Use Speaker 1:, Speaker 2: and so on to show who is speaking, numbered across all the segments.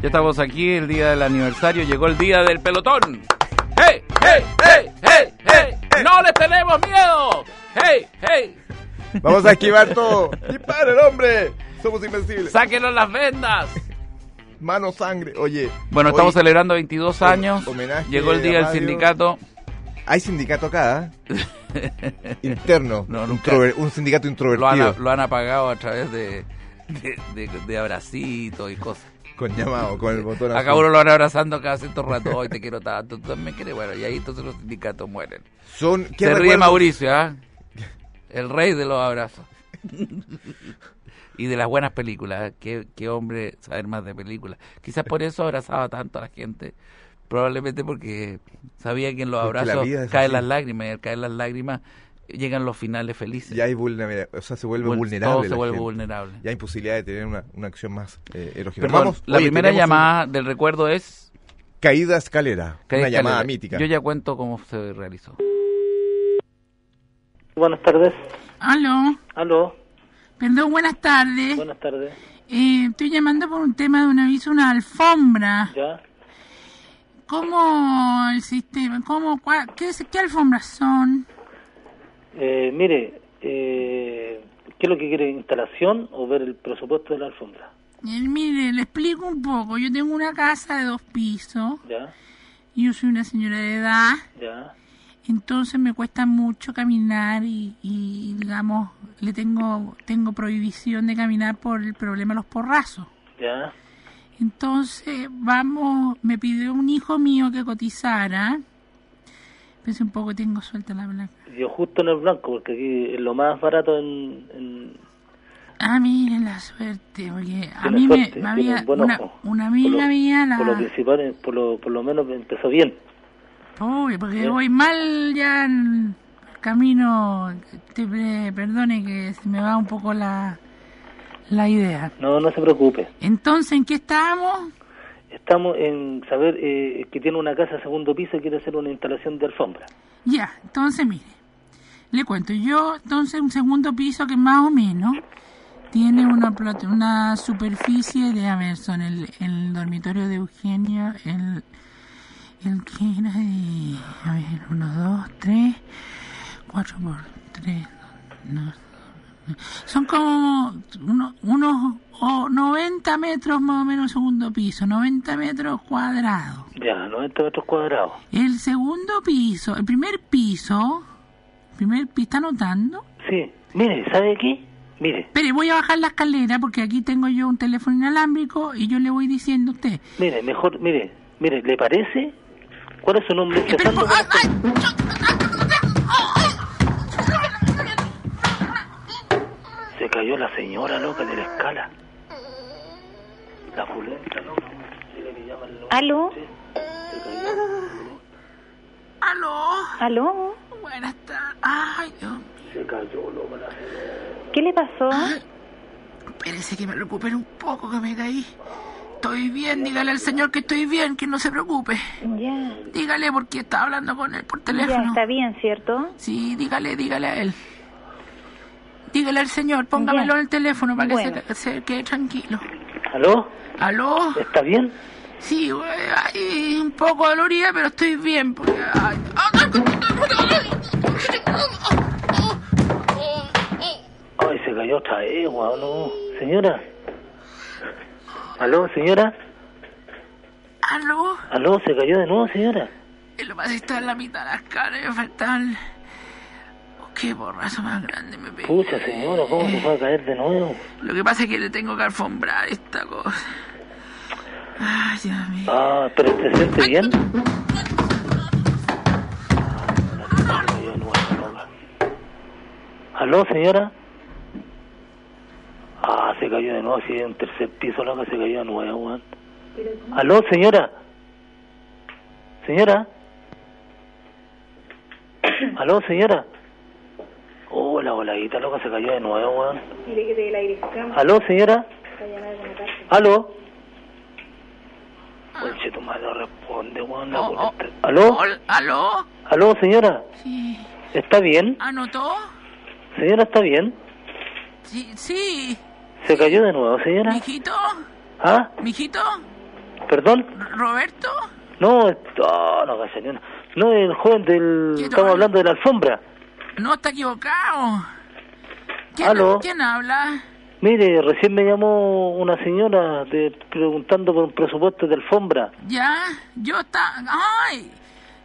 Speaker 1: Ya estamos aquí el día del aniversario, llegó el día del pelotón. ¡Hey, hey, hey, hey, hey! ¡No le tenemos miedo! ¡Hey, hey!
Speaker 2: Vamos a esquivar todo. ¡Dispara el hombre! Somos invencibles.
Speaker 1: ¡Sáquenos las vendas!
Speaker 2: Mano, sangre. Oye.
Speaker 1: Bueno, estamos
Speaker 2: hoy
Speaker 1: celebrando 22 años.
Speaker 2: homenaje
Speaker 1: Llegó el día
Speaker 2: a
Speaker 1: del
Speaker 2: Mario.
Speaker 1: sindicato.
Speaker 2: Hay sindicato acá. ¿eh? Interno.
Speaker 1: No, nunca.
Speaker 2: Introver- un sindicato
Speaker 1: Lo han,
Speaker 2: introvertido.
Speaker 1: lo han apagado a través de, de, de- de abracitos y cosas.
Speaker 2: Con llamado, con el botón
Speaker 1: Acá
Speaker 2: azul.
Speaker 1: uno lo van abrazando cada cierto rato. Hoy te quiero tanto, tú también me quieres. Bueno, y ahí entonces los sindicatos mueren.
Speaker 2: Son, ¿qué
Speaker 1: Se ríe
Speaker 2: recuerdo?
Speaker 1: Mauricio, ¿ah? El rey de los abrazos. y de las buenas películas. ¿eh? Qué, qué hombre saber más de películas. Quizás por eso abrazaba tanto a la gente. Probablemente porque sabía que en los
Speaker 2: Porque la
Speaker 1: abrazos
Speaker 2: vida es
Speaker 1: caen
Speaker 2: así.
Speaker 1: las lágrimas. Y al caer las lágrimas llegan los finales felices.
Speaker 2: Ya hay vulnerabilidad. O sea, se vuelve
Speaker 1: Vul-
Speaker 2: vulnerable.
Speaker 1: Todo se
Speaker 2: la
Speaker 1: vuelve
Speaker 2: gente.
Speaker 1: vulnerable.
Speaker 2: Ya hay posibilidad de tener una, una acción más eh, erógena.
Speaker 1: Perdón,
Speaker 2: Vamos,
Speaker 1: la
Speaker 2: oye,
Speaker 1: primera
Speaker 2: tenemos una-
Speaker 1: llamada del recuerdo es...
Speaker 2: Caída escalera.
Speaker 1: que
Speaker 2: una
Speaker 1: es
Speaker 2: llamada
Speaker 1: Calera.
Speaker 2: mítica.
Speaker 1: Yo ya cuento cómo se realizó.
Speaker 3: Buenas tardes.
Speaker 4: Aló,
Speaker 3: Aló,
Speaker 4: perdón, buenas tardes.
Speaker 3: buenas tardes.
Speaker 4: Eh, estoy llamando por un tema de un aviso, una alfombra.
Speaker 3: ¿Ya?
Speaker 4: ¿Cómo el sistema? ¿Cómo, cua- qué, es- ¿Qué alfombras son?
Speaker 3: Eh, mire, eh, ¿qué es lo que quiere? ¿Instalación o ver el presupuesto de la alfombra?
Speaker 4: Eh, mire, le explico un poco. Yo tengo una casa de dos pisos.
Speaker 3: ¿Ya?
Speaker 4: Yo soy una señora de edad.
Speaker 3: ¿Ya?
Speaker 4: Entonces me cuesta mucho caminar y, y, digamos, le tengo, tengo prohibición de caminar por el problema de los porrazos.
Speaker 3: ¿Ya?
Speaker 4: Entonces, vamos, me pidió un hijo mío que cotizara. Pensé un poco, tengo suelta la blanca.
Speaker 3: Yo justo en el blanco, porque aquí es lo más barato en... en-
Speaker 4: Ah, miren la suerte, porque a
Speaker 3: tiene
Speaker 4: mí me,
Speaker 3: suerte,
Speaker 4: me
Speaker 3: tiene
Speaker 4: había,
Speaker 3: buen
Speaker 4: una,
Speaker 3: ojo.
Speaker 4: una
Speaker 3: Por
Speaker 4: amiga
Speaker 3: lo-
Speaker 4: mía, la...
Speaker 3: Por lo principal, eh, por lo, por lo menos empezó bien.
Speaker 4: Uy, porque
Speaker 3: ¿Eh?
Speaker 4: voy mal ya en el camino, te pre- perdone que se me va un poco la, la idea.
Speaker 3: No, no se preocupe.
Speaker 4: Entonces, ¿en qué estábamos?
Speaker 3: Estamos en saber eh, que tiene una casa segundo piso y quiere hacer una instalación de alfombra.
Speaker 4: Ya, entonces mire, le cuento, yo entonces un segundo piso que más o menos tiene una, plot- una superficie de, a ver, son el, el dormitorio de Eugenia, el, el que era de, a ver, uno, dos, tres, cuatro por tres, no, son como uno- unos oh, 90 metros más o menos segundo piso, 90 metros cuadrados.
Speaker 3: Ya, 90 metros cuadrados.
Speaker 4: El segundo piso, el primer piso, primer piso, ¿está notando?
Speaker 3: Sí. Mire, ¿sabe qué? Mire,
Speaker 4: Espere, voy a bajar la escalera porque aquí tengo yo un teléfono inalámbrico y yo le voy diciendo a usted.
Speaker 3: Mire, mejor, mire, mire, ¿le parece? ¿Cuál es su nombre?
Speaker 4: Espere,
Speaker 3: Empezando
Speaker 4: por-
Speaker 3: con
Speaker 4: ay,
Speaker 3: el-
Speaker 4: ay, yo-
Speaker 3: Se cayó la señora loca de la escala. La pulenta loca. Dile que llama al
Speaker 5: ¿Aló?
Speaker 3: loco. Se cayó,
Speaker 4: aló,
Speaker 5: ¿Aló?
Speaker 4: buenas tardes. Ay, Dios mío,
Speaker 3: se cayó loca la señora.
Speaker 5: ¿Qué le pasó?
Speaker 4: espérese que me recupere un poco que me caí. Estoy bien, dígale al señor que estoy bien, que no se preocupe.
Speaker 5: Ya,
Speaker 4: Dígale porque estaba hablando con él por
Speaker 5: ya
Speaker 4: teléfono.
Speaker 5: está bien, ¿cierto?
Speaker 4: Sí, dígale, dígale a él. Dígale al señor,
Speaker 5: Ya.
Speaker 4: póngamelo en el teléfono para que
Speaker 5: Bueno.
Speaker 4: se, se quede tranquilo.
Speaker 3: ¿Aló?
Speaker 4: ¿Aló?
Speaker 3: ¿Está bien?
Speaker 4: Sí, güey, ay, un poco dolorida, pero estoy bien. Porque, ay,
Speaker 3: Ay, se cayó otra vez, guau, no. Señora. ¿Aló, señora?
Speaker 4: ¿Aló?
Speaker 3: ¿Aló, se cayó de nuevo, señora?
Speaker 4: Y lo más está en la mitad de las caras y me faltan... Oh, qué borrazo más grande me pegó.
Speaker 3: Pucha, señora, ¿cómo se fue a caer de nuevo?
Speaker 4: Lo que pasa es que le tengo que alfombrar esta cosa. Ay, Dios mío.
Speaker 3: Ah, pero ¿te siente bien? ¿Aló, señora? Ah, se cayó de nuevo, sí, en tercer piso, loca, se cayó de nuevo, weón. ¿Aló, señora? ¿Señora? ¿Aló, señora? Oh, la voladita, loca, se cayó de nuevo, weón. ¿Aló, señora? ¿Aló? Conche tu madre, no responde, weón. la
Speaker 4: Oh, oh.
Speaker 3: puta. ¿Aló?
Speaker 4: Hol- ¿Aló?
Speaker 3: ¿Aló, señora?
Speaker 4: Sí.
Speaker 3: ¿Está bien?
Speaker 4: ¿Anotó?
Speaker 3: Señora, ¿está bien?
Speaker 4: Sí, sí.
Speaker 3: ¿Se cayó de nuevo, señora?
Speaker 4: ¿Mijito?
Speaker 3: ¿Ah?
Speaker 4: ¿Mijito?
Speaker 3: ¿Perdón?
Speaker 4: ¿Roberto?
Speaker 3: No, ah, no caché ni una. No, el joven del...
Speaker 4: Quieto,
Speaker 3: Estamos
Speaker 4: ¿eh?
Speaker 3: hablando de la alfombra.
Speaker 4: No, está equivocado. ¿Quién,
Speaker 3: Aló.
Speaker 4: ¿quién habla?
Speaker 3: Mire, recién me llamó una señora de- preguntando por un presupuesto de alfombra.
Speaker 4: Ya, yo está... ¡Ay!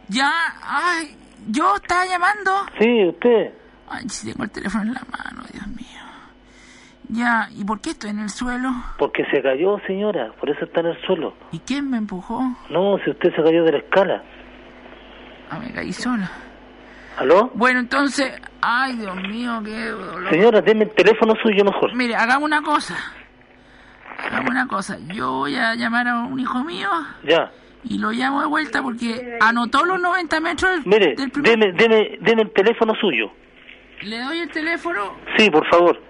Speaker 4: Ya, ay, yo estaba llamando.
Speaker 3: Sí, usted.
Speaker 4: Ay, si tengo el teléfono en la mano, Dios mío. Ya, ¿y por qué estoy en el suelo?
Speaker 3: Porque se cayó, señora. Por eso está en el suelo.
Speaker 4: ¿Y quién me empujó?
Speaker 3: No, si usted se cayó de la escala.
Speaker 4: Ah, me caí sola.
Speaker 3: ¿Aló?
Speaker 4: Bueno, entonces, ay, Dios mío, qué dolor.
Speaker 3: Señora, deme el teléfono suyo mejor.
Speaker 4: Mire, hagamos una cosa. Hagamos una cosa. Yo voy a llamar a un hijo mío
Speaker 3: Ya.
Speaker 4: y lo llamo de vuelta porque anotó los 90 metros del-
Speaker 3: Mire,
Speaker 4: del
Speaker 3: deme,
Speaker 4: primer...
Speaker 3: deme, deme el teléfono suyo.
Speaker 4: Le doy el teléfono.
Speaker 3: Sí, por favor.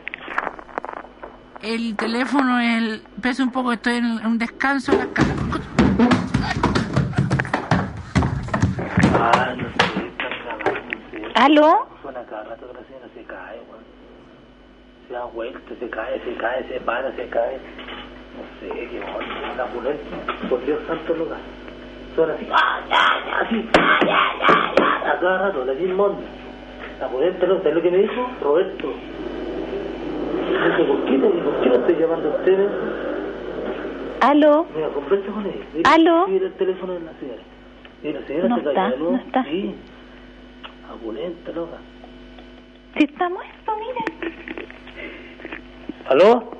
Speaker 4: El teléfono, el... Pese un poco, estoy en un descanso en la cama.
Speaker 3: Ah, no sé, está grabando, sí.
Speaker 5: ¿Aló?
Speaker 3: Suena cada rato que la señora se cae, weón. Se da vuelta, se cae, se cae, se para, se cae. No sé, qué onda, una ambulancia. Por Dios santo, loca. Suena así, ¡ah, ya, ya, así, ¡ah, ya, ya, ya! A cada rato, la misma onda. La ambulancia, loca, ¿sabes lo que me dijo? Roberto. Me dijo, ¿por qué, le digo, ¿por qué lo estoy llamando a ustedes?
Speaker 5: ¿Aló?
Speaker 3: Mira, conversa con él. Dile-
Speaker 5: ¿Aló?
Speaker 3: dile el teléfono de la señora. Mira, la señora
Speaker 5: No
Speaker 3: se cayó,
Speaker 5: está,
Speaker 3: de nuevo.
Speaker 5: no está.
Speaker 3: Sí. Ambulante, loca.
Speaker 5: Si está muerto, mire.
Speaker 3: ¿Aló?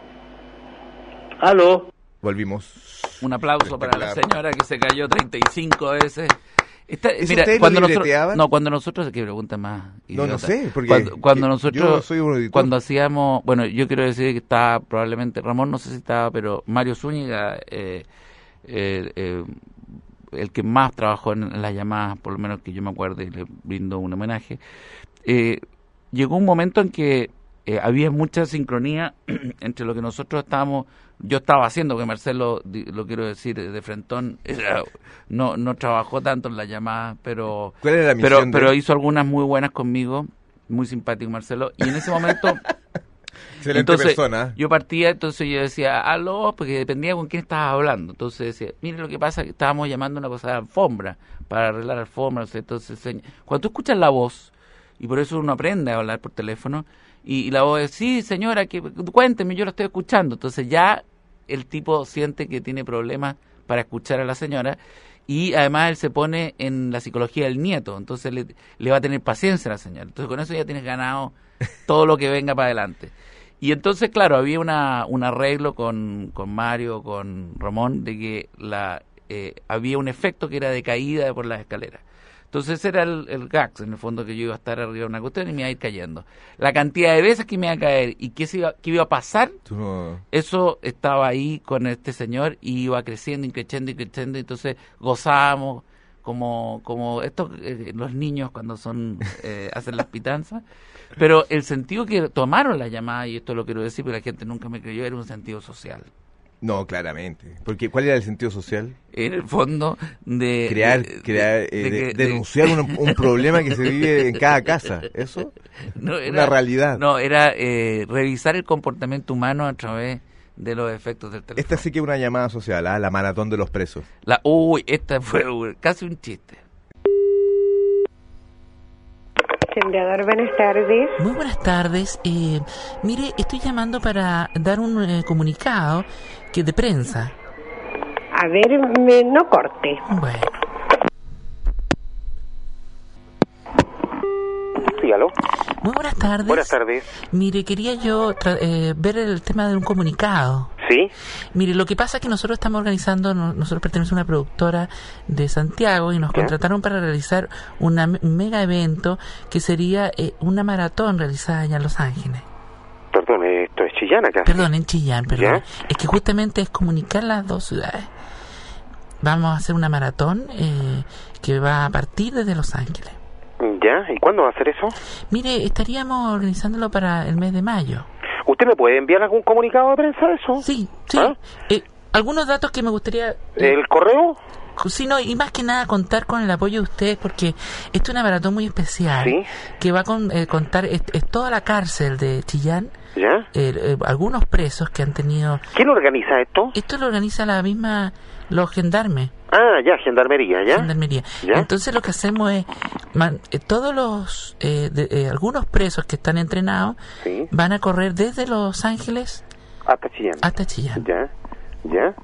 Speaker 3: ¿Aló?
Speaker 2: Volvimos.
Speaker 1: Un aplauso para la
Speaker 2: Espectacular.
Speaker 1: señora que se cayó 35 veces. Esta-
Speaker 2: ¿Eso
Speaker 1: mira,
Speaker 2: ustedes lo
Speaker 1: cuando nosotros,
Speaker 2: libreteaban?
Speaker 1: no, cuando nosotros, qué pregunta más.
Speaker 2: No, no
Speaker 1: idiota.
Speaker 2: sé, porque
Speaker 1: cuando, cuando
Speaker 2: yo-
Speaker 1: nosotros,
Speaker 2: yo soy un editor.
Speaker 1: cuando hacíamos, bueno, yo quiero decir que estaba probablemente Ramón, no sé si estaba, pero Mario Zúñiga, eh, eh, eh, el que más trabajó en las llamadas, por lo menos que yo me acuerde, y le brindo un homenaje. eh, llegó un momento en que eh, había mucha sincronía entre lo que nosotros estábamos, yo estaba haciendo, que Marcelo, di- lo quiero decir eh, de frentón, era- no, no trabajó tanto en las llamadas, pero,
Speaker 2: ¿Cuál era la
Speaker 1: pero,
Speaker 2: misión de
Speaker 1: pero
Speaker 2: él?
Speaker 1: hizo algunas muy buenas conmigo, muy simpático Marcelo, y en ese momento...
Speaker 2: Excelente
Speaker 1: entonces,
Speaker 2: persona.
Speaker 1: Yo partía, entonces yo decía, aló, porque dependía con quién estabas hablando. Entonces decía, mire lo que pasa, que estábamos llamando una cosa de alfombra, para arreglar alfombras. Entonces, señ- cuando tú escuchas la voz, y por eso uno aprende a hablar por teléfono, y, y la voz es, sí, señora, que, cuénteme, yo la estoy escuchando. Entonces ya el tipo siente que tiene problemas para escuchar a la señora. Y además él se pone en la psicología del nieto, entonces le, le va a tener paciencia a la señora. Entonces con eso ya tienes ganado todo lo que venga para adelante. Y entonces, claro, había una, un arreglo con, con Mario, con Ramón, de que la, eh, había un efecto que era de caída por las escaleras. Entonces ese era el, el gax, en el fondo, que yo iba a estar arriba de una cuestión y me iba a ir cayendo. La cantidad de veces que me iba a caer y qué, se iba, qué iba a pasar,
Speaker 2: Tú no-
Speaker 1: eso estaba ahí con este señor y iba creciendo y creciendo y creciendo. Entonces gozábamos como, como estos, eh, los niños cuando son eh, hacen las pitanzas. Pero el sentido que tomaron la llamada, y esto lo quiero decir, pero la gente nunca me creyó, era un sentido social.
Speaker 2: No, claramente. Porque ¿cuál era el sentido social?
Speaker 1: En el fondo de...
Speaker 2: Crear,
Speaker 1: Eh, de-
Speaker 2: crear,
Speaker 1: de-
Speaker 2: eh, de-
Speaker 1: de que- de-
Speaker 2: denunciar un, un problema que se vive en cada casa. ¿Eso?
Speaker 1: no,
Speaker 2: una realidad.
Speaker 1: No, era eh, revisar el comportamiento humano a través de los efectos del teléfono.
Speaker 2: Esta sí que es una llamada social, ¿ah? la maratón de los presos.
Speaker 1: La, uy, esta fue uh, casi un chiste.
Speaker 6: Sembrador, buenas tardes.
Speaker 7: Muy buenas tardes. Eh, mire, estoy llamando para dar un eh, comunicado que de prensa.
Speaker 6: A ver, me- no corte.
Speaker 7: Bueno,
Speaker 8: Sí, aló.
Speaker 7: muy buenas tardes.
Speaker 8: Buenas tardes.
Speaker 7: Mire, quería yo tra- eh, ver el tema de un comunicado.
Speaker 8: Sí,
Speaker 7: Mire, lo que pasa es que nosotros estamos organizando, no- nosotros pertenecemos a una productora de Santiago y nos contrataron para realizar una me- un mega evento que sería eh, una maratón realizada allá en Los Ángeles.
Speaker 8: perdón, eh, esto es Chillana acá.
Speaker 7: Perdón, en Chillán, perdón. Es que justamente es comunicar las dos ciudades. Vamos a hacer una maratón eh, que va a partir desde Los Ángeles.
Speaker 8: ¿Ya? ¿Y cuándo va a hacer eso?
Speaker 7: Mire, estaríamos organizándolo para el mes de mayo.
Speaker 8: ¿Usted me puede enviar algún comunicado de prensa de eso?
Speaker 7: Sí, sí.
Speaker 8: ¿Ah?
Speaker 7: Eh, algunos datos que me gustaría... eh,
Speaker 8: ¿El correo?
Speaker 4: sino y más que nada contar con el apoyo de ustedes porque esto es una maratón muy especial
Speaker 8: Sí.
Speaker 4: que va a con- eh, contar es, es toda la cárcel de Chillán,
Speaker 8: ¿Ya?
Speaker 4: eh, eh, algunos presos que han tenido
Speaker 8: ¿Quién organiza esto?
Speaker 4: esto lo organiza la misma los gendarmes
Speaker 8: Ah, ya, gendarmería, ¿ya?
Speaker 4: gendarmería.
Speaker 8: ¿Ya?
Speaker 4: Entonces lo que hacemos es, man- eh, todos los, eh, de- eh, algunos presos que están entrenados
Speaker 8: Sí.
Speaker 4: van a correr desde Los Ángeles
Speaker 8: Hasta Chillán.
Speaker 4: hasta Chillán.
Speaker 8: Ya, ya.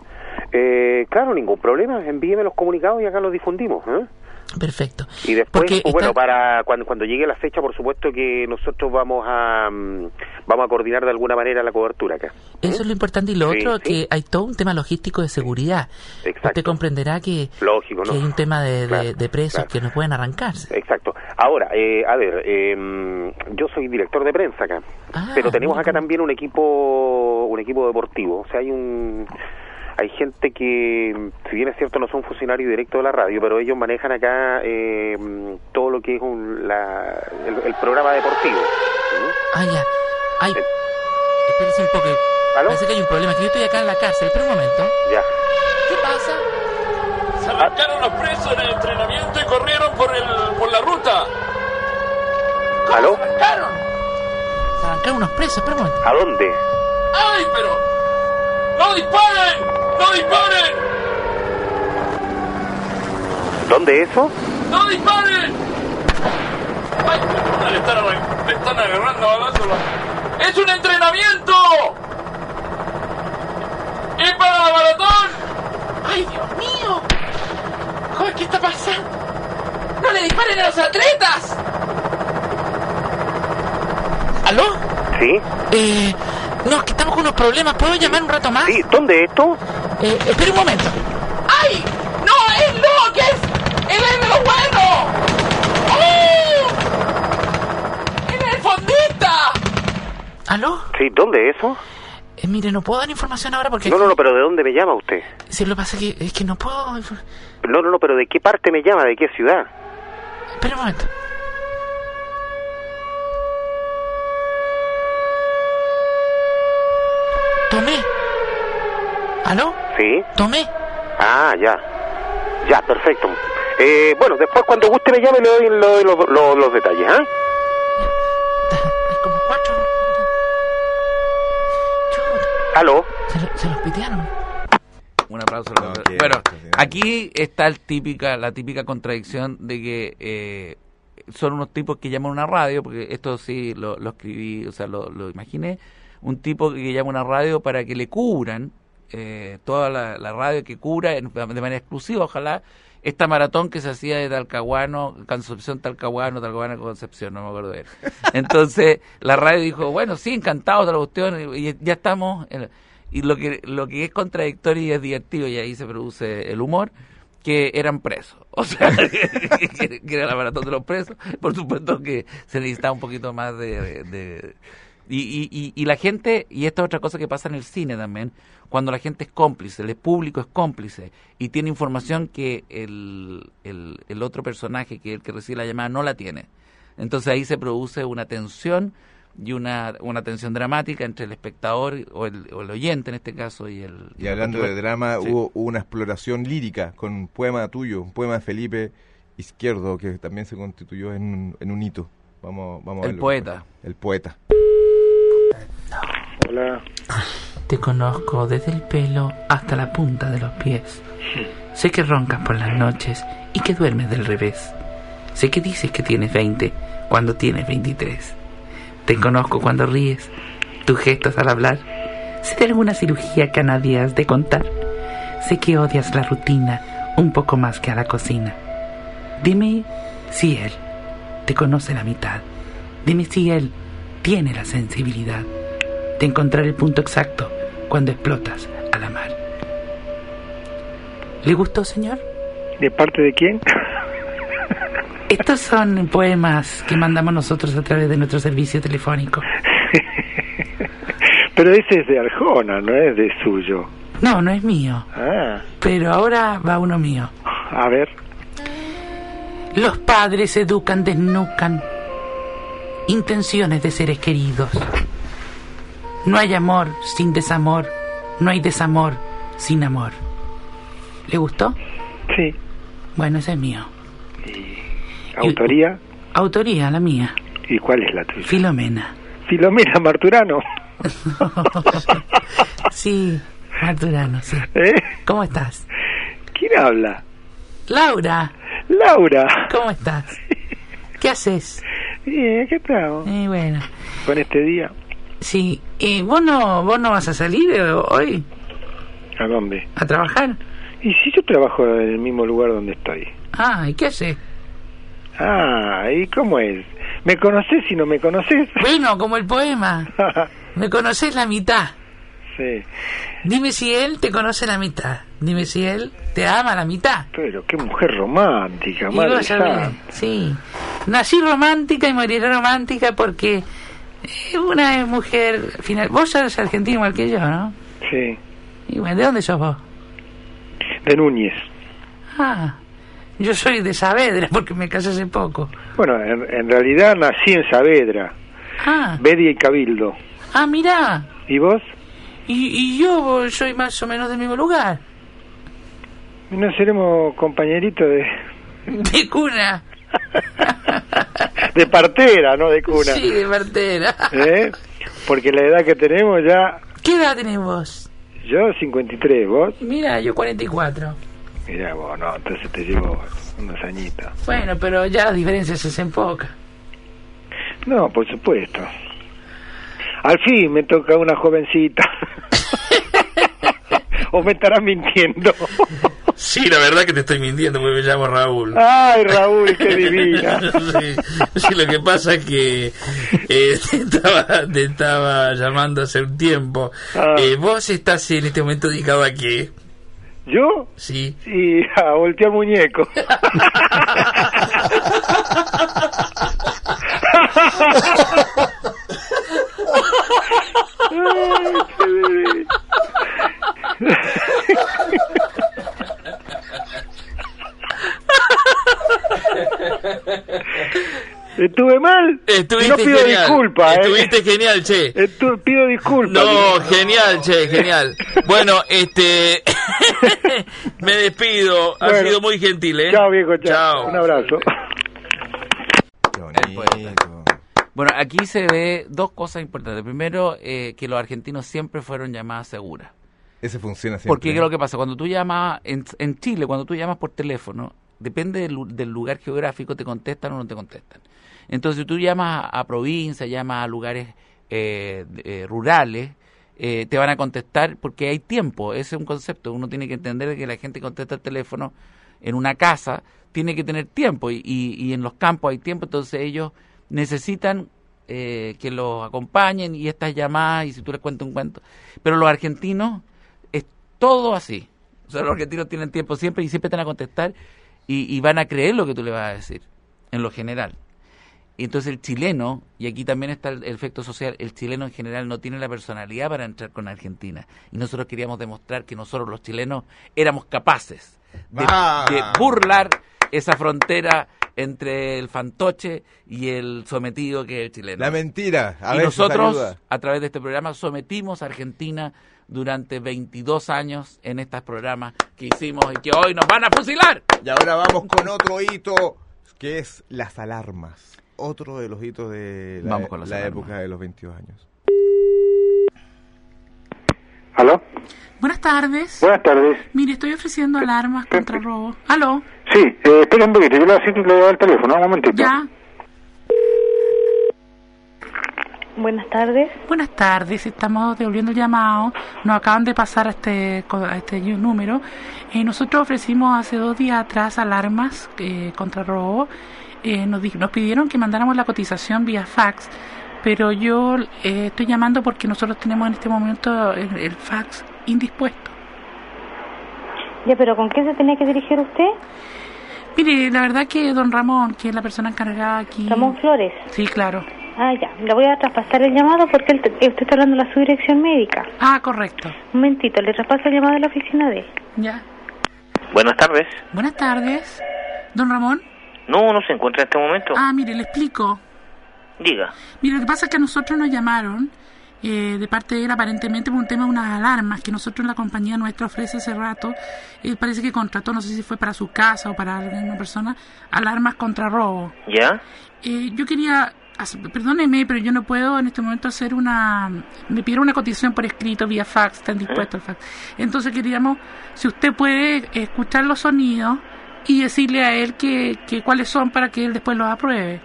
Speaker 8: Eh, claro, ningún problema. Envíeme los comunicados y acá los difundimos. ¿eh?
Speaker 4: Perfecto.
Speaker 8: Y después,
Speaker 4: Porque
Speaker 8: pues, bueno,
Speaker 4: está-
Speaker 8: para cuando, cuando llegue la fecha, por supuesto que nosotros vamos a mm, vamos a coordinar de alguna manera la cobertura acá.
Speaker 4: Eso es lo importante. Y lo
Speaker 8: Sí,
Speaker 4: otro,
Speaker 8: sí.
Speaker 4: que hay todo un tema logístico de seguridad.
Speaker 8: Exacto.
Speaker 4: Usted comprenderá que,
Speaker 8: Lógico,
Speaker 4: que
Speaker 8: ¿no?
Speaker 4: hay un tema de, de-
Speaker 8: Claro,
Speaker 4: de presos
Speaker 8: claro.
Speaker 4: que no pueden arrancarse.
Speaker 8: Exacto. Ahora, eh, a ver, eh, yo soy director de prensa acá,
Speaker 4: Ah,
Speaker 8: pero tenemos
Speaker 4: mira
Speaker 8: acá
Speaker 4: tú.
Speaker 8: también un equipo, un equipo deportivo. O sea, hay un hay gente que, si bien es cierto, no son funcionarios directos de la radio, pero ellos manejan acá eh, todo lo que es un, la, el, el programa deportivo. ¿Mm?
Speaker 4: Ah, ya. Ay,
Speaker 8: Eh.
Speaker 4: espérese un poco.
Speaker 8: ¿Aló?
Speaker 4: Parece que hay un problema. Que yo estoy acá en la cárcel. Espera un momento.
Speaker 8: Ya.
Speaker 4: ¿Qué pasa?
Speaker 9: Se arrancaron los presos en el entrenamiento y corrieron por, el, por la ruta.
Speaker 8: ¿Aló?
Speaker 4: ¡Arrancaron! Se arrancaron unos presos. Espera un momento.
Speaker 8: ¿A dónde?
Speaker 9: ¡Ay, pero! ¡No disparen! ¡No disparen!
Speaker 8: ¿Dónde eso?
Speaker 9: ¡No disparen! ¡Ay, puta, le están, arran- le están agarrando a balazos. ¡Es un entrenamiento! ¡Es para la maratón!
Speaker 10: ¡Ay, Dios mío! Joder, ¿qué está pasando? ¡No le disparen a los atletas!
Speaker 4: ¿Aló?
Speaker 8: ¿Sí?
Speaker 4: Eh, no, es que estamos con unos problemas. ¿Puedo llamar un rato más?
Speaker 8: ¿Sí? ¿Dónde esto?
Speaker 4: Eh, espera un momento.
Speaker 10: ¡Ay! ¡No, es no! ¡Que es! ¡Él es de lo bueno! ¡Oh!
Speaker 4: ¡Oh!
Speaker 10: ¡Él es el fondista!
Speaker 4: ¿Aló?
Speaker 8: ¿Sí? ¿Dónde eso?
Speaker 4: Eh, mire, no puedo dar información ahora porque...
Speaker 8: No, no, no, pero ¿de dónde me llama usted?
Speaker 4: Si lo que pasa es que, es que no puedo... infor-
Speaker 8: No, no, no, pero ¿de qué parte me llama? ¿De qué ciudad?
Speaker 4: Espera un momento. Tomé. ¿Aló?
Speaker 8: ¿Sí?
Speaker 4: Tomé.
Speaker 8: Ah, ya. Ya, perfecto. Eh, bueno, después cuando guste me llame le doy, le doy los, los- los detalles, ¿ah?
Speaker 4: Hay como cuatro... Chuta.
Speaker 8: ¿Aló?
Speaker 4: Se, lo- se los pitearon.
Speaker 1: Un aplauso. a la-
Speaker 2: No, qué
Speaker 1: bueno,
Speaker 2: asco, sí.
Speaker 1: aquí está el típica, la típica contradicción de que eh, son unos tipos que llaman a una radio, porque esto sí lo, lo escribí, o sea, lo, lo imaginé, un tipo que llama a una radio para que le cubran eh, toda la, la radio que cubra en- de manera exclusiva, ojalá, esta maratón que se hacía de Talcahuano, Concepción Talcahuano, Talcahuano Concepción, no me acuerdo de él. Entonces la radio dijo, bueno, sí, encantados de la cuestión, y, y ya estamos. en- y lo que, lo que es contradictorio y es divertido, y ahí se produce el humor, que eran presos. O sea, que, que era la maratón de los presos. Por supuesto que se necesitaba un poquito más de... de- y, y- y- y la gente, y esta es otra cosa que pasa en el cine también, cuando la gente es cómplice, el público es cómplice y tiene información que el, el, el otro personaje, que es el que recibe la llamada, no la tiene. Entonces ahí se produce una tensión y una, una tensión dramática entre el espectador o el, o el oyente en este caso y el...
Speaker 2: Y hablando de drama,
Speaker 1: Sí.
Speaker 2: hubo una exploración lírica con un poema tuyo, un poema de Felipe Izquierdo, que también se constituyó en un, en un hito. Vamos, vamos a
Speaker 1: El
Speaker 2: verlo.
Speaker 1: poeta.
Speaker 2: El poeta.
Speaker 11: Hola.
Speaker 4: Te conozco desde el pelo hasta la punta de los pies. Sé que roncas por las noches y que duermes del revés. Sé que dices que tienes 20 cuando tienes 23. Te conozco cuando ríes, tus gestos al hablar. Sé de alguna cirugía que a nadie has de contar. Sé que odias la rutina un poco más que a la cocina. Dime si él te conoce la mitad. Dime si él tiene la sensibilidad de encontrar el punto exacto cuando explotas a la mar. ¿Le gustó, señor?
Speaker 11: ¿De parte de quién?
Speaker 4: Estos son poemas que mandamos nosotros a través de nuestro servicio telefónico.
Speaker 11: Pero ese es de Arjona, no es de suyo.
Speaker 4: No, no es mío,
Speaker 11: Ah,
Speaker 4: pero ahora va uno mío.
Speaker 11: a ver.
Speaker 4: Los padres educan, desnucan intenciones de seres queridos. No hay amor sin desamor, no hay desamor sin amor. ¿Le gustó?
Speaker 11: Sí.
Speaker 4: Bueno, ese es mío.
Speaker 11: ¿Autoría?
Speaker 4: Autoría, la mía.
Speaker 11: ¿Y cuál es la tuya?
Speaker 4: Filomena.
Speaker 11: Filomena Marturano.
Speaker 4: sí, Marturano, sí.
Speaker 11: ¿Eh?
Speaker 4: ¿Cómo estás?
Speaker 11: ¿Quién habla?
Speaker 4: Laura,
Speaker 11: Laura.
Speaker 4: ¿cómo estás? ¿Qué haces?
Speaker 11: Bien, ¿qué estamos?
Speaker 4: Eh, bueno,
Speaker 11: Con este día.
Speaker 4: sí. ¿Y vos no, vos no vas a salir eh, hoy
Speaker 11: ¿A dónde?
Speaker 4: a trabajar?
Speaker 11: Y si yo trabajo en el mismo lugar donde estoy.
Speaker 4: Ah, ¿y qué haces?
Speaker 11: Ah, ¿y cómo es? ¿Me conoces si no me conoces?
Speaker 4: Bueno, como el poema. Me conoces la mitad.
Speaker 11: sí.
Speaker 4: Dime si él te conoce la mitad. Dime si él te ama la mitad.
Speaker 11: Pero qué mujer romántica,
Speaker 4: Y
Speaker 11: madre
Speaker 4: vos sabés,
Speaker 11: santa.
Speaker 4: sí. Nací romántica y moriré romántica porque eh, una es mujer. Final, vos sos argentino igual que yo, ¿no?
Speaker 11: Sí.
Speaker 4: Y bueno, ¿de dónde sos vos?
Speaker 11: De Núñez.
Speaker 4: Ah, yo soy de Saavedra porque me casé hace poco.
Speaker 11: Bueno, en, en realidad nací en Saavedra,
Speaker 4: Ah,
Speaker 11: Bedia y Cabildo.
Speaker 4: ah mirá.
Speaker 11: ¿Y vos?
Speaker 4: Y, y yo soy más o menos del mismo lugar.
Speaker 11: ¿No seremos compañeritos de,
Speaker 4: De cuna.
Speaker 11: de partera, no de cuna?
Speaker 4: Sí, de partera.
Speaker 11: ¿Eh? Porque la edad que tenemos ya...
Speaker 4: ¿Qué edad tenés vos?
Speaker 11: Yo 53, vos...
Speaker 4: Mira, yo 44.
Speaker 11: Mirá vos, no, entonces te llevo unos añitos.
Speaker 4: Bueno, pero ya las diferencias se hacen pocas.
Speaker 11: No, por supuesto. Al fin me toca una jovencita. o me estarás mintiendo.
Speaker 9: Sí, la verdad que te estoy mintiendo porque me llamo Raúl.
Speaker 11: Ay, Raúl, Ah, qué divina.
Speaker 9: Sí, sí, lo que pasa es que eh, te, estaba, te estaba llamando hace un tiempo.
Speaker 11: Ah.
Speaker 9: Eh, ¿Vos estás en este momento dedicado a qué?
Speaker 11: ¿Yo?
Speaker 9: Sí.
Speaker 11: Y a voltear muñeco. Ay, qué divina. ¿Estuve mal?
Speaker 9: Estuviste
Speaker 11: no pido
Speaker 9: genial.
Speaker 11: disculpas, ¿eh?
Speaker 9: Estuviste genial, che.
Speaker 11: Estu- pido disculpas.
Speaker 9: No, genial, che, genial. Bueno, este. me despido. Ha
Speaker 11: Bueno.
Speaker 9: sido muy gentil, ¿eh?
Speaker 11: Chao, viejo, chao.
Speaker 9: Chao.
Speaker 11: Un abrazo.
Speaker 2: Qué
Speaker 1: El poeta.
Speaker 2: bonito.
Speaker 1: Bueno, aquí se ve dos cosas importantes. Primero, eh, que los argentinos siempre fueron llamadas seguras.
Speaker 2: Ese funciona siempre.
Speaker 1: Porque ¿qué es lo que pasa? Cuando tú llamas, en, en Chile, cuando tú llamas por teléfono, depende del, lu- del lugar geográfico, te contestan o no te contestan. Entonces, si tú llamas a, a provincia, llamas a lugares eh, de- eh, rurales, eh, te van a contestar porque hay tiempo. Ese es un concepto. Uno tiene que entender que la gente contesta el teléfono en una casa, tiene que tener tiempo y, y- y en los campos hay tiempo, entonces ellos necesitan eh, que los acompañen y estas llamadas y si tú les cuentas un cuento. Pero los argentinos es todo así. O sea, los argentinos tienen tiempo siempre y siempre te van a contestar y, y van a creer lo que tú le vas a decir, en lo general. Y entonces el chileno, y aquí también está el, el efecto social, el chileno en general no tiene la personalidad para entrar con Argentina. Y nosotros queríamos demostrar que nosotros los chilenos éramos capaces de,
Speaker 2: Ah.
Speaker 1: de burlar esa frontera entre el fantoche y el sometido que es el chileno
Speaker 2: La mentira. A
Speaker 1: y
Speaker 2: veces
Speaker 1: nosotros,
Speaker 2: ayuda.
Speaker 1: a través de este programa, sometimos a Argentina durante 22 años en estos programas que hicimos y que hoy nos van a fusilar.
Speaker 2: Y ahora vamos con otro hito, que es las alarmas. Otro de los hitos de la,
Speaker 1: Vamos con las
Speaker 2: la
Speaker 1: alarmas.
Speaker 2: época de los 22 años.
Speaker 8: ¿Aló?
Speaker 4: Buenas tardes.
Speaker 8: Buenas tardes.
Speaker 4: Mire, estoy ofreciendo alarmas contra robo. ¿Aló?
Speaker 8: Sí, eh, espera un poquito, yo le voy a decir que le doy el teléfono, un momentito.
Speaker 4: ¿Ya?
Speaker 5: Buenas tardes.
Speaker 4: Buenas tardes, estamos devolviendo el llamado. Nos acaban de pasar a este, co- a este número. Eh, nosotros ofrecimos hace dos días atrás alarmas eh, contra robo. Eh, nos, di- nos pidieron que mandáramos la cotización vía fax, pero yo eh, estoy llamando porque nosotros tenemos en este momento el, el fax indispuesto.
Speaker 5: Ya, pero ¿con qué se tenía que dirigir usted?
Speaker 4: Mire, la verdad que don Ramón, que es la persona encargada aquí.
Speaker 5: Ramón Flores.
Speaker 4: Sí, claro.
Speaker 5: Ah, ya. Le voy a traspasar el llamado porque él te- usted está hablando de la subdirección médica.
Speaker 4: Ah, correcto.
Speaker 5: Un momentito, le traspaso el llamado a la oficina de él.
Speaker 4: Ya.
Speaker 12: Buenas tardes.
Speaker 4: Buenas tardes. Don Ramón.
Speaker 12: No, no se encuentra en este momento.
Speaker 4: Ah, mire, le explico.
Speaker 12: Diga.
Speaker 4: Mire, lo que pasa es que a nosotros nos llamaron eh, de parte de él aparentemente por un tema de unas alarmas que nosotros la compañía nuestra ofrece hace rato. Él parece que contrató, no sé si fue para su casa o para alguna persona, alarmas contra robo.
Speaker 12: ¿Ya?
Speaker 4: Eh, yo quería, hacer- perdóneme, pero yo no puedo en este momento hacer una, me pidieron una cotización por escrito vía fax,
Speaker 12: ¿Eh?
Speaker 4: están dispuestos al fax. Entonces queríamos, si usted puede escuchar los sonidos y decirle a él que, que cuáles son para que él después los apruebe.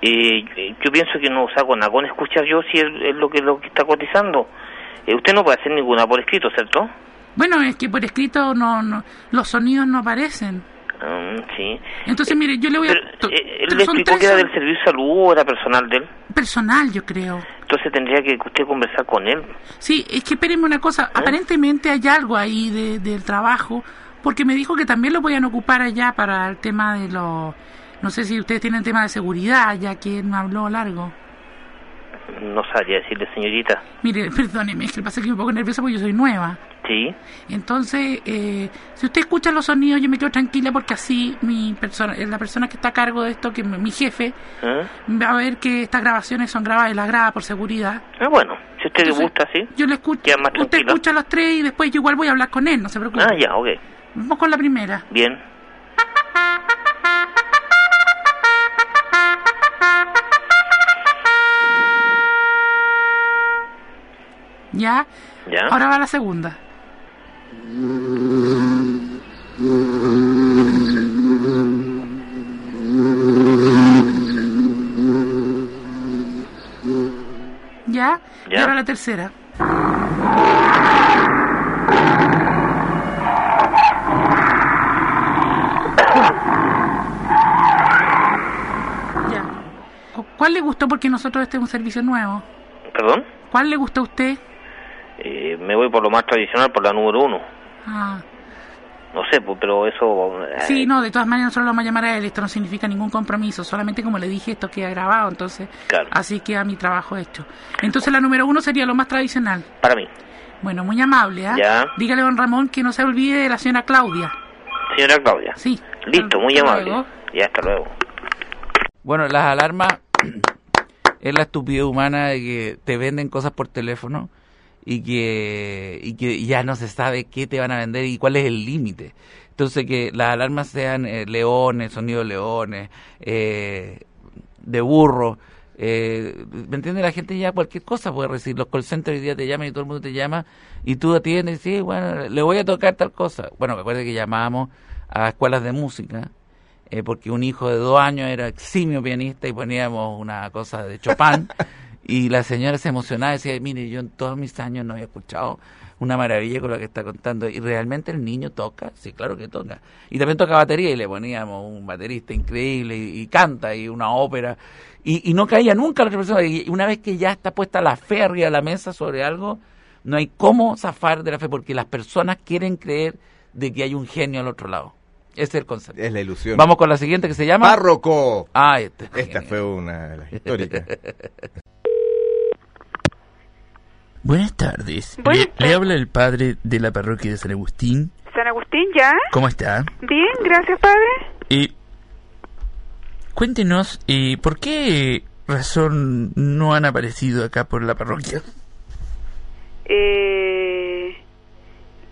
Speaker 12: Eh, eh, yo pienso que no, o sea, con nada con escuchar yo si es, es lo que lo que está cotizando. Eh, usted no puede hacer ninguna por escrito, ¿cierto?
Speaker 4: Bueno, es que por escrito no, no los sonidos no aparecen.
Speaker 12: Mm, sí.
Speaker 4: Entonces, mire, yo le voy a... to-
Speaker 12: Eh, Él
Speaker 4: pero
Speaker 12: le
Speaker 4: son
Speaker 12: explicó
Speaker 4: tres
Speaker 12: que era
Speaker 4: son-
Speaker 12: del servicio de salud o era personal de él.
Speaker 4: Personal, yo creo.
Speaker 12: Entonces tendría que usted conversar con él.
Speaker 4: Sí, es que espérenme una cosa.
Speaker 12: ¿Eh?
Speaker 4: Aparentemente hay algo ahí de- del trabajo, porque me dijo que también lo podían ocupar allá para el tema de los... No sé si ustedes tienen tema de seguridad, ya que él me habló largo.
Speaker 12: No sabría decirle, señorita.
Speaker 4: Mire, perdóneme, es que pasa que estoy un poco nerviosa porque yo soy nueva.
Speaker 12: Sí.
Speaker 4: Entonces, eh, si usted escucha los sonidos, yo me quedo tranquila porque así mi persona, eh, la persona que está a cargo de esto, que mi mi jefe,
Speaker 12: ¿Eh?
Speaker 4: va a ver que estas grabaciones son grabadas y las graba por seguridad.
Speaker 12: Ah, bueno, si usted le
Speaker 4: Entonces,
Speaker 12: gusta, sí.
Speaker 4: Yo le escucho.
Speaker 12: Queda más
Speaker 4: Usted
Speaker 12: tranquilo.
Speaker 4: escucha los tres y después yo igual voy a hablar con él, no se preocupe.
Speaker 12: Ah, ya, ok.
Speaker 4: Vamos con la primera.
Speaker 12: Bien.
Speaker 4: ¿Ya?
Speaker 12: Ya.
Speaker 4: Ahora va la segunda. ¿Ya? Y
Speaker 12: Ya.
Speaker 4: ahora la tercera. Ya. ¿Cu- ¿Cuál le gustó? Porque nosotros este es un servicio nuevo.
Speaker 12: ¿Perdón?
Speaker 4: ¿Cuál le gustó a usted?
Speaker 12: Eh, me voy por lo más tradicional, por la número uno.
Speaker 4: Ah.
Speaker 12: No sé, pues, pero eso... eh,
Speaker 4: Sí, no, de todas maneras nosotros lo vamos a llamar a él, esto no significa ningún compromiso, solamente como le dije, esto queda grabado, entonces,
Speaker 12: Claro.
Speaker 4: así queda mi trabajo hecho. Entonces la número uno sería lo más tradicional.
Speaker 12: Para mí.
Speaker 4: Bueno, muy amable, ¿ah?
Speaker 12: Ya.
Speaker 4: Dígale a don Ramón que no se olvide de la señora Claudia.
Speaker 12: Señora Claudia.
Speaker 4: Sí.
Speaker 12: Listo, muy
Speaker 4: Hasta
Speaker 12: amable.
Speaker 4: luego.
Speaker 12: Ya, hasta luego.
Speaker 1: Bueno, las alarmas es la estupidez humana de que te venden cosas por teléfono y que, y que ya no se sabe qué te van a vender y cuál es el límite. Entonces, que las alarmas sean eh, leones, sonido de leones, eh, de burro. eh, ¿Me entiende? La gente ya cualquier cosa puede recibir. Los call centers hoy día te llaman y todo el mundo te llama y tú atiendes y sí, bueno, le voy a tocar tal cosa. Bueno, me acuerdo que llamábamos a escuelas de música eh, porque un hijo de dos años era eximio pianista y poníamos una cosa de Chopin y la señora se emocionaba y decía, mire, yo en todos mis años no había escuchado una maravilla con lo que está contando y realmente el niño toca, sí, claro que toca. Y también toca batería y le poníamos un baterista increíble y, y canta y una ópera y, y no caía nunca la otra persona y una vez que ya está puesta la fe arriba de la mesa sobre algo, no hay cómo zafar de la fe porque las personas quieren creer de que hay un genio al otro lado. Ese es el concepto.
Speaker 2: Es la ilusión.
Speaker 1: Vamos con la siguiente que se llama.
Speaker 2: ¡Párroco!
Speaker 1: Ah, este.
Speaker 2: Esta fue una de las históricas.
Speaker 13: Buenas tardes.
Speaker 14: Buenas
Speaker 13: le, le habla el padre de la parroquia de San Agustín.
Speaker 14: San Agustín, ¿ya?
Speaker 13: ¿Cómo está?
Speaker 14: Bien, gracias, padre.
Speaker 13: Eh, cuéntenos, eh, ¿por qué razón no han aparecido acá por la parroquia?
Speaker 14: Eh,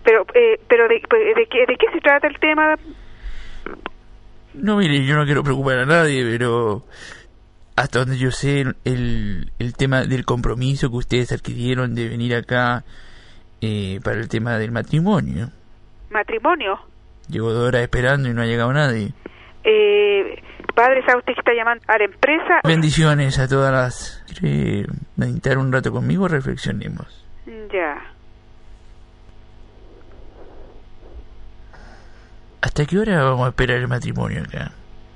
Speaker 14: pero, eh, pero de, de- de qué, ¿de qué se trata el tema?
Speaker 13: No, mire, yo no quiero preocupar a nadie, pero hasta donde yo sé, el, el tema del compromiso que ustedes adquirieron de venir acá eh, para el tema del matrimonio.
Speaker 14: ¿Matrimonio?
Speaker 13: Llevo dos horas esperando y no ha llegado nadie.
Speaker 14: Eh, padre, ¿sabe usted que está llamando a la empresa?
Speaker 13: Bendiciones a todas las... ¿Quiere meditar un rato conmigo? Reflexionemos.
Speaker 14: Ya.
Speaker 13: ¿Hasta qué hora vamos a esperar el matrimonio acá?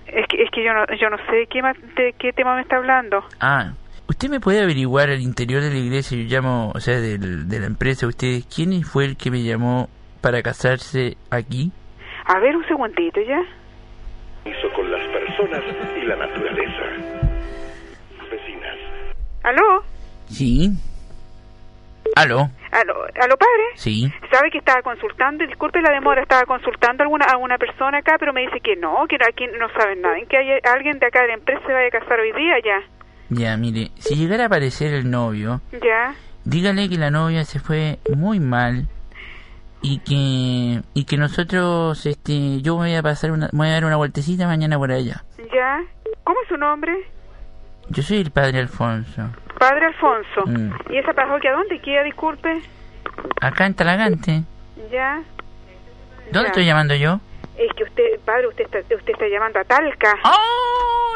Speaker 14: Es que, es que yo, no, yo no sé de qué, ma- de qué tema me está hablando.
Speaker 13: Ah, ¿usted me puede averiguar al interior de la iglesia? Yo llamo, o sea, del- de la empresa, ¿ustedes quién fue el que me llamó para casarse aquí?
Speaker 14: A ver, un segundito, ¿ya?
Speaker 15: compromiso con las personas y la naturaleza. Vecinas.
Speaker 14: ¿Aló?
Speaker 13: Sí. ¿Aló?
Speaker 14: ¿Aló, aló padre?
Speaker 13: Sí.
Speaker 14: ¿Sabe que estaba consultando? Disculpe la demora, estaba consultando a alguna, a alguna persona acá, pero me dice que no, que no- aquí no saben nada, en que haya- alguien de acá de la empresa se vaya a casar hoy día ya.
Speaker 4: Ya, mire, si llegara a aparecer el novio,
Speaker 14: Ya.
Speaker 4: dígale que la novia se fue muy mal y que y que nosotros este yo voy a pasar una, voy a dar una vueltecita mañana por allá.
Speaker 14: Ya. ¿Cómo es su nombre?
Speaker 4: Yo soy el padre Alfonso.
Speaker 14: Padre Alfonso.
Speaker 4: Mm.
Speaker 14: ¿Y esa parroquia dónde queda? Disculpe.
Speaker 4: Acá en Talagante.
Speaker 14: Ya.
Speaker 4: ¿Dónde
Speaker 14: Ya.
Speaker 4: estoy llamando yo?
Speaker 14: Es que usted, padre, usted está, usted está llamando a Talca.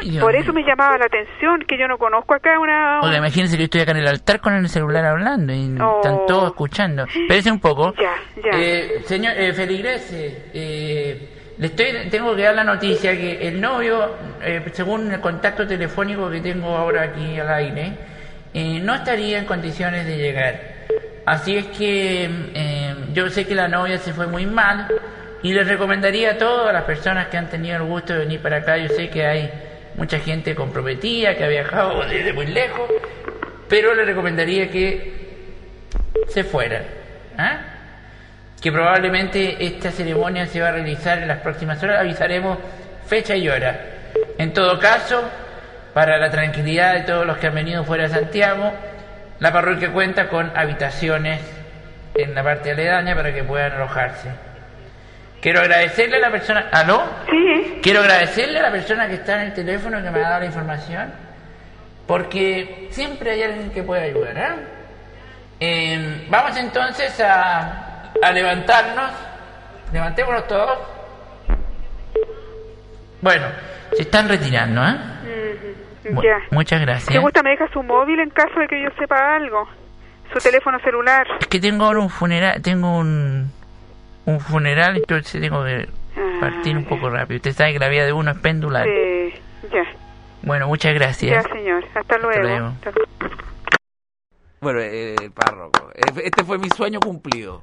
Speaker 4: Dios
Speaker 14: Por
Speaker 4: mío.
Speaker 14: eso me llamaba la atención que yo no conozco acá una.
Speaker 4: Oiga, imagínense que yo estoy acá en el altar con el celular hablando y
Speaker 14: Oh.
Speaker 4: están todos escuchando. Espérense un poco.
Speaker 14: ya.
Speaker 4: Eh, señor eh, Feligrese, eh, le estoy, tengo que dar la noticia que el novio, eh, según el contacto telefónico que tengo ahora aquí al aire, eh, no estaría en condiciones de llegar. Así es que eh, yo sé que la novia se fue muy mal y les recomendaría a todas las personas que han tenido el gusto de venir para acá. Yo sé que hay mucha gente comprometida que ha viajado desde muy lejos, pero les recomendaría que se fueran. ¿ah? Que probablemente esta ceremonia se va a realizar en las próximas horas. Avisaremos fecha y hora. En todo caso, para la tranquilidad de todos los que han venido fuera de Santiago, la parroquia cuenta con habitaciones en la parte aledaña para que puedan alojarse. Quiero agradecerle a la persona. ¿Aló?
Speaker 14: Sí.
Speaker 4: Quiero agradecerle a la persona que está en el teléfono que me ha dado la información, porque siempre hay alguien que puede ayudar. ¿eh? Eh, vamos entonces a, a levantarnos. Levantémonos todos. Bueno, se están retirando, ¿eh?
Speaker 14: Ujú.
Speaker 4: Bu-
Speaker 14: Ya.
Speaker 4: Muchas
Speaker 14: Si
Speaker 4: gracias.
Speaker 14: gusta, me deja su móvil en caso de que yo sepa algo. Su teléfono celular.
Speaker 4: Es que tengo ahora un funeral, tengo un, un funeral, entonces tengo que partir un poco rápido. Usted sabe que la vida de uno es
Speaker 14: Ah,
Speaker 4: pendular.
Speaker 14: Sí. Ya.
Speaker 4: Bueno, muchas
Speaker 14: Ya,
Speaker 4: gracias.
Speaker 14: señor. Hasta luego.
Speaker 4: luego.
Speaker 14: Hasta-
Speaker 1: Bueno, eh, el párroco. Eh, Este fue mi sueño cumplido.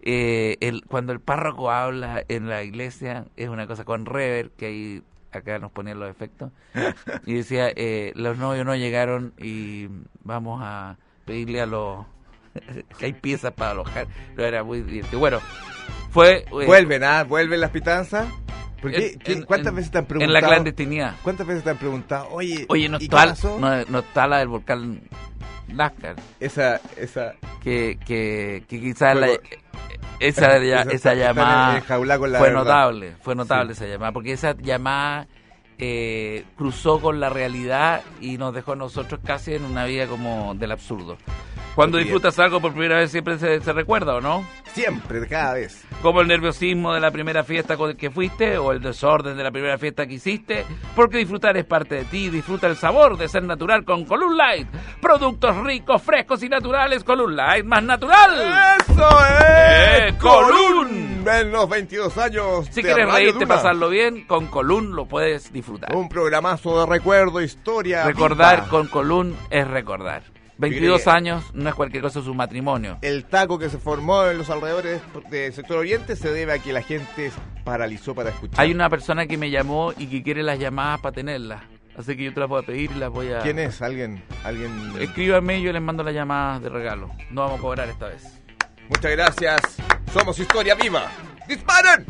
Speaker 1: Eh, el, cuando el párroco habla en la iglesia, es una cosa con rever, que ahí acá nos ponían los efectos. Y decía, eh, los novios no llegaron y vamos a pedirle a los... que hay piezas para alojar. No era muy divertido. Bueno, fue... eh,
Speaker 2: ¿Vuelven, ah? ¿Vuelven las pitanzas? ¿Por qué?
Speaker 1: En-
Speaker 2: ¿Qué-
Speaker 1: en-
Speaker 2: ¿Cuántas
Speaker 1: en-
Speaker 2: veces te han
Speaker 1: en la
Speaker 2: preguntado?
Speaker 1: clandestinidad.
Speaker 2: ¿Cuántas veces te han preguntado, oye,
Speaker 1: Oye, no
Speaker 2: ¿y qué
Speaker 1: está,
Speaker 2: pasó?
Speaker 1: no, no está la del volcán Nazca.
Speaker 2: Esa, esa.
Speaker 1: Que, que, que quizás la, e-,
Speaker 2: Bueno, esa
Speaker 1: esa, ya- esa
Speaker 2: está- está
Speaker 1: llamada
Speaker 2: enjaulada con la
Speaker 1: fue
Speaker 2: verdad.
Speaker 1: notable, fue notable
Speaker 2: Sí.
Speaker 1: esa llamada, porque esa llamada eh, cruzó con la realidad y nos dejó a nosotros casi en una vida como del absurdo. Cuando
Speaker 2: Bien.
Speaker 1: disfrutas algo por primera vez siempre se, se recuerda, ¿o no?
Speaker 2: Siempre, cada vez.
Speaker 1: Como el nerviosismo de la primera fiesta con que fuiste o el desorden de la primera fiesta que hiciste, porque disfrutar es parte de ti. Disfruta el sabor de ser natural con Column Light. Productos ricos, frescos y naturales. Column Light más natural.
Speaker 2: ¡Eso Eh,
Speaker 1: es!
Speaker 2: Colún! En los 22 años. de
Speaker 1: Si quieres
Speaker 2: Radio
Speaker 1: reírte,
Speaker 2: Duna. Oh,
Speaker 1: pasarlo bien, con Column lo puedes disfrutar.
Speaker 2: Un programazo de recuerdo, historia.
Speaker 1: Recordar
Speaker 2: viva.
Speaker 1: con Column es recordar. 22 años no es cualquier cosa, es un matrimonio.
Speaker 2: El taco que se formó en los alrededores del sector oriente se debe a que la gente se paralizó para escuchar.
Speaker 1: Hay una persona que me llamó y que quiere las llamadas para tenerlas. Así que yo te las voy a pedir y las voy a...
Speaker 2: ¿Quién es? ¿Alguien? ¿Alguien?
Speaker 1: Escríbame y yo les mando las llamadas de regalo. No vamos a cobrar esta vez.
Speaker 2: Muchas gracias. Somos Historia Viva. ¡Disparen!